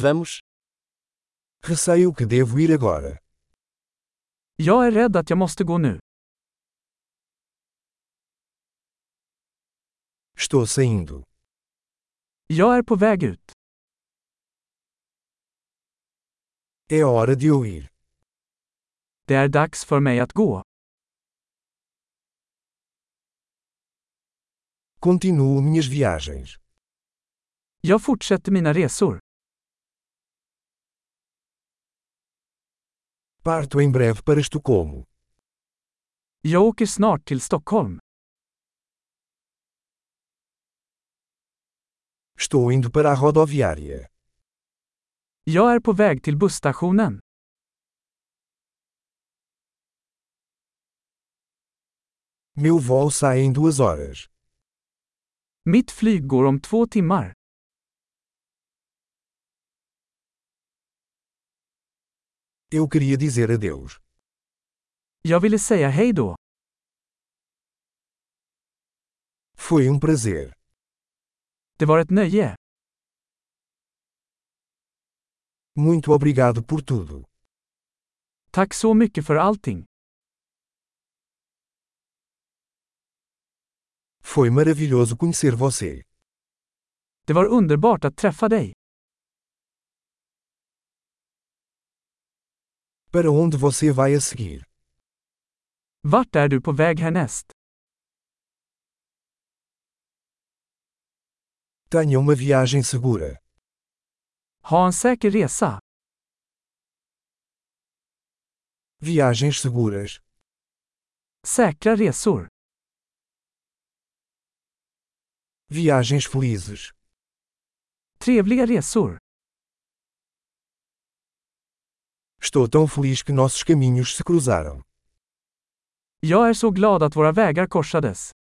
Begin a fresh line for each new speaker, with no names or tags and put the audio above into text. Vamos. Receio que devo ir agora.
Jag är rädd att jag måste gå nu.
Estou saindo.
Jag är på väg ut.
É hora de eu ir.
Det är dags för mig att gå.
Continuo minhas viagens.
Jag fortsätter mina resor.
Parto em breve para Estocolmo.
Jag åker snart till Stockholm.
Estou indo para a rodoviária.
Jag är på väg till busstationen.
Meu voo sai em duas horas.
Mitt flyg går om två timmar.
Eu queria dizer adeus.
Jag ville säga hej då.
Foi um prazer.
Det var ett nöje.
Muito obrigado por tudo.
Tack så mycket för allting.
Foi maravilhoso conhecer você.
Det var underbart att träffa dig.
Para onde você vai a seguir?
Vart är du på väg härnäst?
Tenha uma viagem segura.
Ha en säker resa.
Viagens seguras.
Säkra resor.
Viagens felizes.
Trevliga resor.
Estou tão feliz que nossos caminhos se cruzaram.
Jag är så glad att våra vägar korsades.